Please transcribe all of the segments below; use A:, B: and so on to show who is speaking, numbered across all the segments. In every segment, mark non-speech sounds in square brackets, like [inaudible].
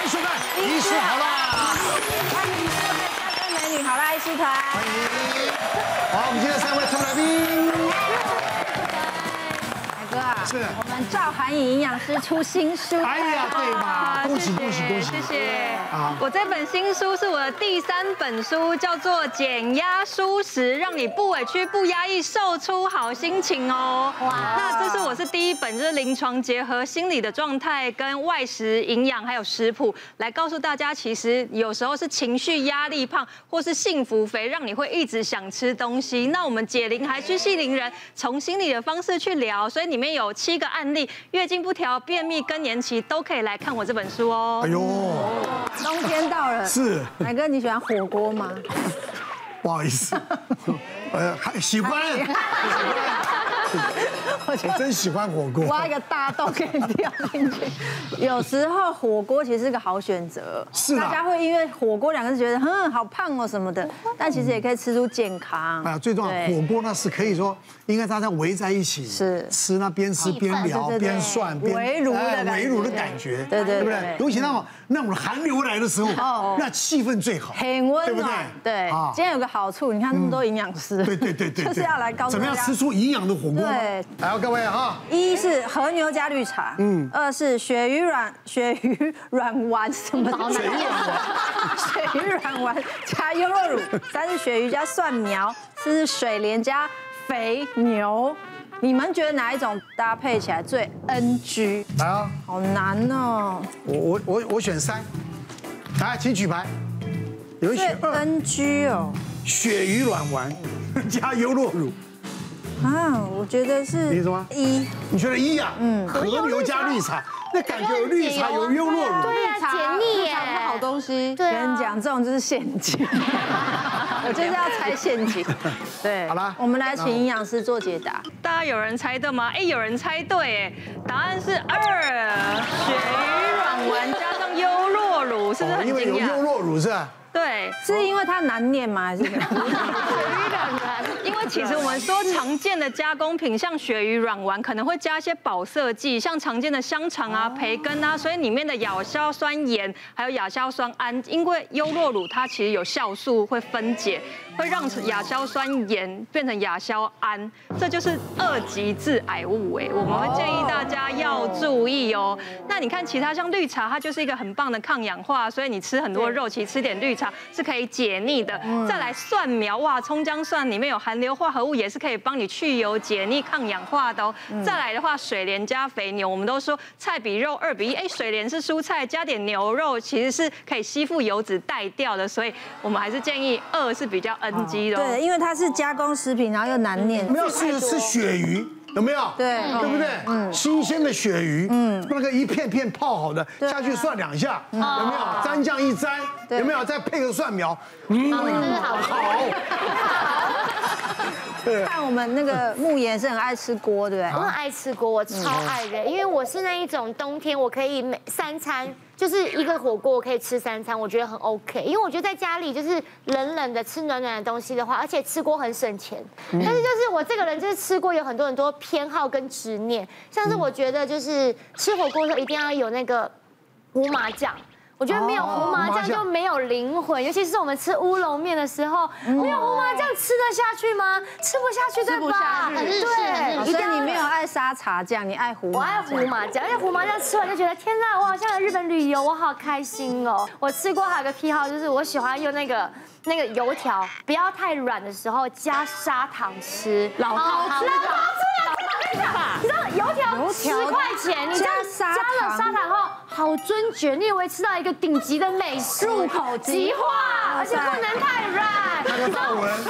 A: 医师好啦，
B: 欢迎收看《加州美女好啦》艺术团。
A: 欢迎。好，我们今天三位特别来宾，
B: 海哥啊，
A: 是
B: 我们赵涵颖营养师出新书。
A: 哎呀对嘛恭喜
C: 啊
A: 恭
C: 谢谢
A: 喜恭喜
C: 谢谢
A: 啊
C: 我这本新书是我的第三本书，叫做《减压舒食》，让你不委屈、不压抑，瘦出好心情哦。哇，那这是我是第一本，就是临床结合心理的状态跟外食、营养还有食谱，来告诉大家，其实有时候是情绪压力胖，或是幸福肥，让你会一直想吃东西。那我们解铃还需系铃人，从心理的方式去聊，所以里面有七个案例，月经不调、便秘、更年期都可以来看我这本书哦
A: 哎。呦，
B: 冬天到了，
A: 是
B: 海哥，你喜欢火锅吗？
A: 不好意
B: [laughs]
A: 思，呃，还喜欢，
B: 哎我就
A: 我真喜欢火锅，
B: 挖一个大洞给你掉进去。有时候火锅其实是个好选择，
A: 是啊
B: 大家会因为火锅两个字觉得嗯好胖哦什么的，但其实也可以吃出健康
A: 啊，最重要火
B: 对
A: 锅呢是可以说应该大家围在一起
B: 是哎
A: 吃那边吃边聊
B: 对对对
A: 边涮边
B: 围炉的
A: 哎
B: 感觉
A: 围炉的感觉，
B: 对对对
A: 对
B: 哦
A: 不对？尤其那种那种寒流来的时候，那气氛最好，
B: 很
A: 对
B: 温
A: 不对啊嗯
B: 暖，？今天有个好处，你看那么多营养师，
A: 对对对对，对
B: [laughs] 就是要来告诉
A: 怎么
B: 大
A: 样
B: 家
A: 吃出营养的火锅吗
B: 对。
A: 来，哦各位哈，
B: 一是和牛加绿茶，嗯，二是鳕鱼软鳕鱼软丸什么的，鳕鱼软 [laughs] 鳕鱼软丸加优酪乳，三是鳕鱼加蒜苗，四是水莲加肥牛。你们觉得哪一种搭配起来最 NG？
A: 来啊，
B: 好难哦，
A: 我我我我选三，来，请举牌。有人
B: 最
A: 选二，
B: NG 哦。
A: 鳕鱼软丸 [laughs] 加优酪乳，
B: 啊，我觉得
A: 你
B: 是
A: 什么
B: 一
A: 你觉得一呀？嗯，和牛加绿茶，那感觉有绿茶有优酪乳。
D: 对呀、解腻耶，
E: 好东西。
D: 对
B: 跟你
D: 啊，
B: 讲，这种就是陷阱，我就是要猜陷阱。对，
A: 好啦
B: 我们来请营养师做解答。
C: 大家有人猜对吗？哎，有人猜对，哎，答案是二，鳕鱼软丸加上优酪乳，是不是
A: 哦
C: 很啊
A: 因为
C: 惊
A: 有优
C: 讶？
A: 酪乳是吧？
C: 对，
B: 是因为它难念吗？还是怎么样
C: 因为其实我们说常见的加工品，像鳕鱼软丸，可能会加一些保色剂，像常见的香肠啊、培根啊，所以里面的亚硝酸盐还有亚硝酸铵，因为优酪乳它其实有酵素会分解，会让亚硝酸盐变成亚硝胺，这就是二级致癌物。哎，我们会建议大家要注意哦。那你看其他像绿茶，它就是一个很棒的抗氧化，所以你吃很多肉，其实吃点绿茶是可以解腻的。再来蒜苗哇，葱姜蒜里面有含硫化合物，也是可以帮你去油、解腻、抗氧化的哦。再来的话，水莲加肥牛，我们都说菜比肉二比一，哎，水莲是蔬菜，加点牛肉其实是可以吸附油脂带掉的，所以我们还是建议二是比较 NG 的、哦。
B: 对，因为它是加工食品，然后又难念
A: 我。们要试着吃鳕鱼，有没有？
B: 对嗯
A: 对不对？新鲜的鳕鱼，嗯，那个一片片泡好的，
B: 对啊
A: 下去涮两下，有没有？蘸酱一沾，
B: 对
A: 有没有？再配个蒜苗，
D: 真的好吃。
A: 好，
B: 看我们那个慕言是很爱吃锅，对不
D: 我
B: 对？
D: 很爱吃锅，我超爱的，因为我是那一种冬天我可以每三餐就是一个火锅，我可以吃三餐，我觉得很 OK。因为我觉得在家里就是冷冷的吃暖暖的东西的话，而且吃锅很省钱。但是就是我这个人就是吃锅有很多很多偏好跟执念，像是我觉得就是吃火锅的时候一定要有那个胡麻酱。我觉得没有胡麻
A: 胡麻
D: 酱
A: 酱
D: 就没有灵魂，尤其是我们吃乌龙面的时候，没有胡麻酱吃得下去吗？吃不下去，对吧？
E: 很日式很日
D: 对，
B: 所以你没有爱沙茶酱，你爱胡
D: 我爱
B: 麻
D: 胡麻酱，而且胡麻酱吃完就觉得天呐，我好像来日本旅游，我好开心哦！我吃过还有个癖好，就是我喜欢用那个那个油条，不要太软的时候加砂糖吃，老
E: 高
D: 啊
E: 知道
D: 你知道油条
B: 油条
D: 十块钱，你这样
B: 加砂
D: 加了
B: 糖
D: 砂糖后，好尊爵，你以为吃到一个顶级的美食，
B: 入口即
D: 即化，
B: 哇
D: 而且
B: 塞
D: 不能太软。
A: 那个大文，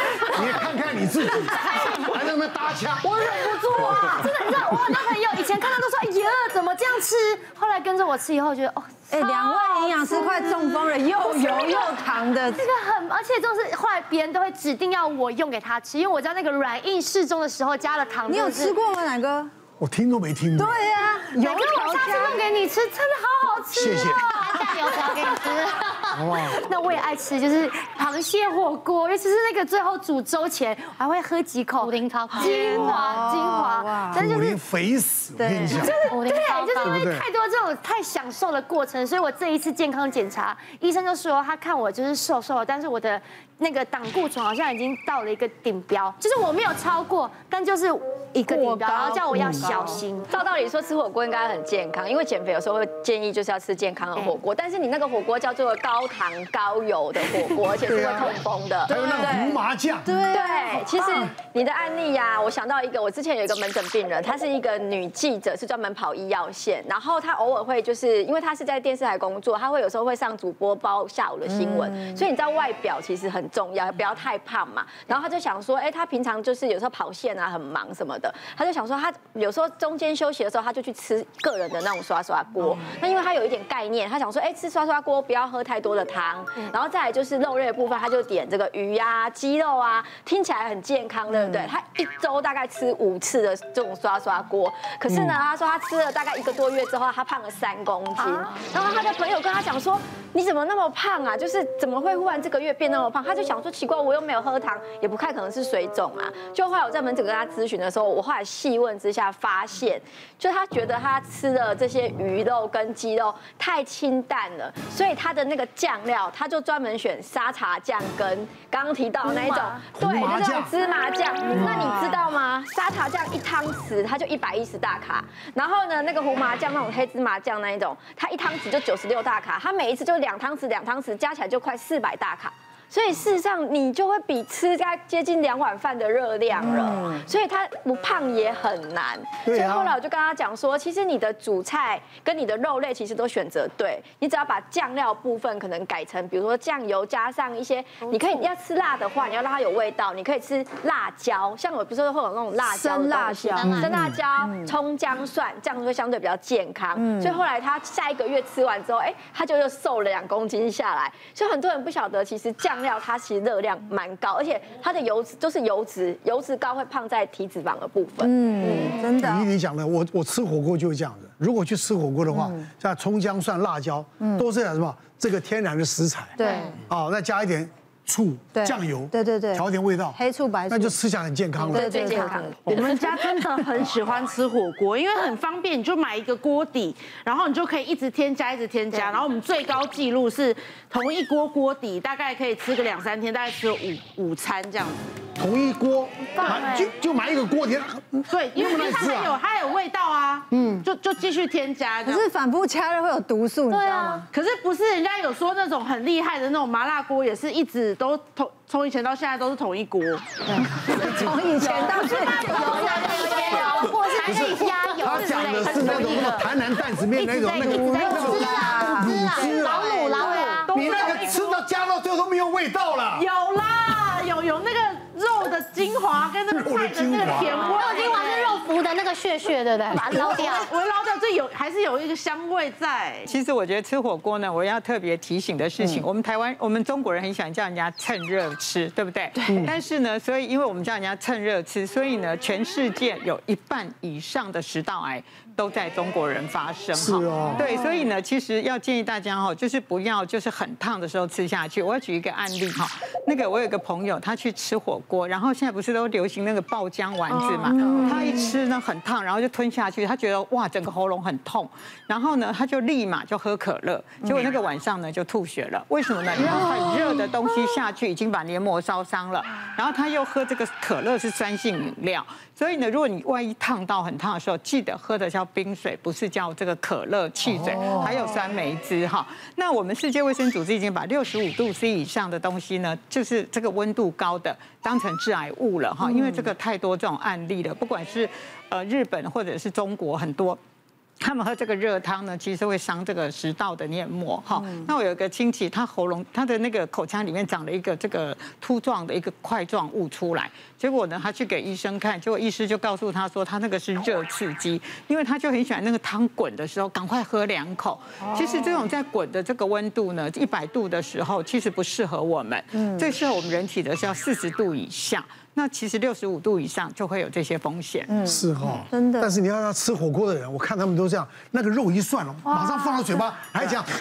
A: 你看看你自己，还在那边搭腔，
D: 我忍不
B: [laughs]
D: 住啊！真的，你知道我很多朋友以前看到都说，哎呀，怎么这样吃？后来跟着我吃以后，觉得哦，
B: 哎，两位营养师快中风了，又油又糖的。
D: 这个很，而且就是后来别人都会指定要我用给他吃，因为我知道那个软硬适中的时候加了糖。
B: 你有吃？过吗，奶哥？
A: 我听都没听过。
B: 对呀，
D: 有，我下次弄给你吃，真的好好吃、哦。
A: 谢谢
D: 下油条给你吃。
A: 好不好？
D: 那我也爱吃，就是螃蟹火锅，尤其是那个最后煮粥前，我还会喝几口
E: 五零超烤
D: 精华精华，但是就
A: 五
D: 是
A: 零肥死，我跟你讲，
E: [laughs] 五零超
D: 对，就是
E: 烤
A: 对不
D: 因
A: 对
D: 为太多这种太享受的过程，所以我这一次健康检查，医生就说他看我就是瘦瘦的，但是我的那个胆固醇好像已经到了一个顶标，就是我没有超过，但就是一个顶
B: 过高
D: 标，然后叫我要小心。
F: 照道理说吃火锅应该很健康，因为减肥有时候会建议就是要吃健康的火锅，但是你那个火锅叫做高糖高油的火锅，而且是会痛风的。
A: 还有那个胡麻酱，
B: 对
F: 对，其实你的案例呀、我想到一个，我之前有一个门诊病人，她是一个女记者，是专门跑医药线，然后她偶尔会就是因为她是在电视台工作，她会有时候会上主播包下午的新闻，所以你知道外表其实很重要，不要太胖嘛。然后她就想说，哎，她平常就是有时候跑线啊很忙什么的，她就想说她有时候中间休息的时候，她就去吃个人的那种刷刷锅。那因为她有一点概念，她想说，哎，吃刷刷锅不要喝太多的汤，然后再来就是肉类的部分，她就点这个鱼呀、鸡肉啊，听起来很健康，对不对？她一周大概吃五次的这种刷刷锅，可是
A: 嗯
F: 呢，她说她吃了大概一个多月之后，她胖了三公斤。
A: 啊
F: 然后她的朋友跟她讲说，你怎么那么胖啊？就是怎么会忽然这个月变那么胖？她就想说奇怪，我又没有喝糖，也不太可能是水肿啊。就后来我在门诊跟她咨询的时候，我后来细问之下发现，就她觉得她吃的这些鱼肉跟鸡肉太清淡了，所以她的那个酱料，她就专门选沙茶酱跟刚刚提到的那一种，
A: 麻
F: 对，
A: 胡麻
F: 就那种
A: 酱
F: 芝麻酱。
A: 嗯
F: 那你知道吗？沙茶酱一汤匙它就一百一十大卡，然后呢，那个胡麻酱那种黑芝麻酱那一种，它一汤匙就九十六大卡，它每一次就两汤匙两汤匙，加起来就快四百大卡。所以事实上，你就会比吃大概接近两碗饭的热量了，所以它不胖也很难。所
A: 嗯对啊
F: 以后来我就跟他讲说，其实你的主菜跟你的肉类其实都选择对，你只要把酱料部分可能改成，比如说酱油加上一些，你可以要吃辣的话，你要让它有味道，你可以吃辣椒，像我不是会有那种辣椒的东西，
B: 生辣椒
F: 生辣椒、葱姜蒜，这样子会相对比较健康。
B: 嗯
F: 所以后来他下一个月吃完之后，哎，他就又瘦了两公斤下来。所以很多人不晓得，其实酱料它其实热量蛮高，而且它的油脂就是油脂，油脂高会胖在体脂肪的部分。
B: 嗯，真
A: 你
B: 的，
A: 你讲的，我我吃火锅就是这样子。如果去吃火锅的话，
B: 嗯
A: 像葱姜蒜、辣椒，都是什么这个天然的食材。
B: 对，
A: 啊，再加一点醋、
B: 对
A: 酱油，
B: 对对对
A: 调点味道，
B: 黑醋白醋
A: 那就吃起来很健康了。
B: 对对对
F: 健康
B: 对
G: 我们家真的很喜欢吃火锅，因为很方便，你就买一个锅底，然后你就可以一直添加，一直添加。然后我们最高记录是同一锅锅底，大概可以吃个两三天，大概吃五五餐这样子。
A: 同一锅，买就就买一个锅底，
G: 对，因为因为它
A: 那么难吃啊
G: 还有它还有味道啊，嗯，就就继续添加。
B: 可
G: 可
B: 是
G: 是
B: 反复加热会有毒素，你知道
F: 啊
D: 啊
B: 吗？
G: 可是不是人家有说那种很厉害的那种麻辣锅，也是一直都同从以前到现在都是同一锅。
B: 从以前到现 [laughs] 在，
D: 或是还可以加油
A: 他
D: 之
A: 讲
D: 类
A: 的
D: 的
A: 是那种台南担子面那种那个那种卤汁啊，
D: 老母老母，
A: 你那个吃到加到最后都没有味道了。
G: 有啦，有有那个肉的精华跟那个菜的那个甜味，
E: 肉精华是肉脯的那个屑屑，对不对？
D: 把它捞
E: [laughs]
D: 掉。
G: 我捞掉，这有还是有一个香味在。
H: 其实我觉得吃火锅呢，我要特别提醒的事
A: 嗯
H: 情，我们台湾我们中国人很喜欢叫人家趁热吃，对不对？对。但是呢，所以因为我们叫人家趁热吃，所以呢，全世界有一半以上的食道癌都在中国人发生。
A: 是哦
H: 对，所以呢，其实要建议大家哈，就是不要就是很烫的时候吃下去。我要举一个案例哈，那个我有一个朋友，他去吃火锅，然后现在不是都流行那个爆浆丸子嘛，他一吃呢很烫，然后就吞下去，他觉得哇整个喉咙很痛，然后呢他就立马就喝可乐，结果那个晚上呢就吐血了。为什么呢？因为很热的东西下去已经把黏膜烧伤了，然后他又喝这个可乐是酸性饮料，所以呢，如果你万一烫到很烫的时候，记得喝的叫冰水，不是叫这个可乐、汽水，还有酸梅汁哈。那我们世界卫生组织已经把六十五度 C 以上的东西呢，就是这个温度高的当成致癌物了哈，因为这个太多这种案例了，不管是呃日本或者是中国很多。他们喝这个热汤呢，其实会伤这个食道的黏膜哈。那我有个亲戚，他喉咙他的那个口腔里面长了一个这个凸状的一个块状物出来，结果呢，他去给医生看，结果医师就告诉他说，他那个是热刺激，因为他就很喜欢那个汤滚的时候，赶快喝两口。其实这种在滚的这个温度呢，一百度的时候，其实不适合我们，最适合我们人体的是要四十度以下。那其实六十五度以上就会有这些风险。
A: 是哈，
B: 嗯真的
A: 但是你要让吃火锅的人，我看他们都这样，那个肉一涮了，马上放到嘴巴，还
B: [laughs]
A: 讲， [laughs]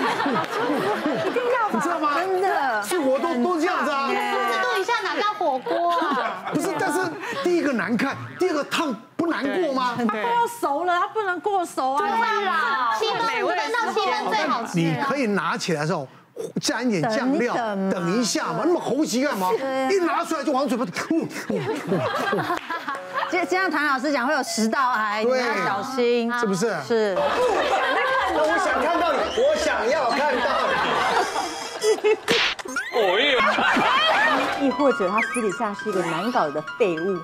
B: 一定要吧？
A: 你知道吗
B: 真的，
A: 是我都都这样子啊。
E: 四十度以下哪叫火锅啊？
A: 不是，但是第一个难看，第二个烫不难过吗？
H: 对
G: 快要熟了，它不能过熟啊。
E: 对啦，七分五分到七分最好吃
A: 你
E: 了。
A: 可以拿起来的时候。沾一点酱料，
B: 啊等一等嘛啊
A: 等一下嘛，那么猴急干嘛？一拿出来就往嘴巴，嗯嗯嗯
B: 就就像唐老师讲，会有食道癌，你
A: 对
B: 要小
F: 啊
B: 心，
A: 是不是？
B: 是。
I: 我想看到你，我想要看到
A: 嗯
I: 你。
J: 亦或者他私底下是一个难搞的废物。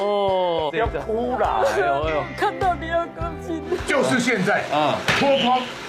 K: 哦，不要哭啦！哎呦哎呦，
I: 就是现在，嗯，脱光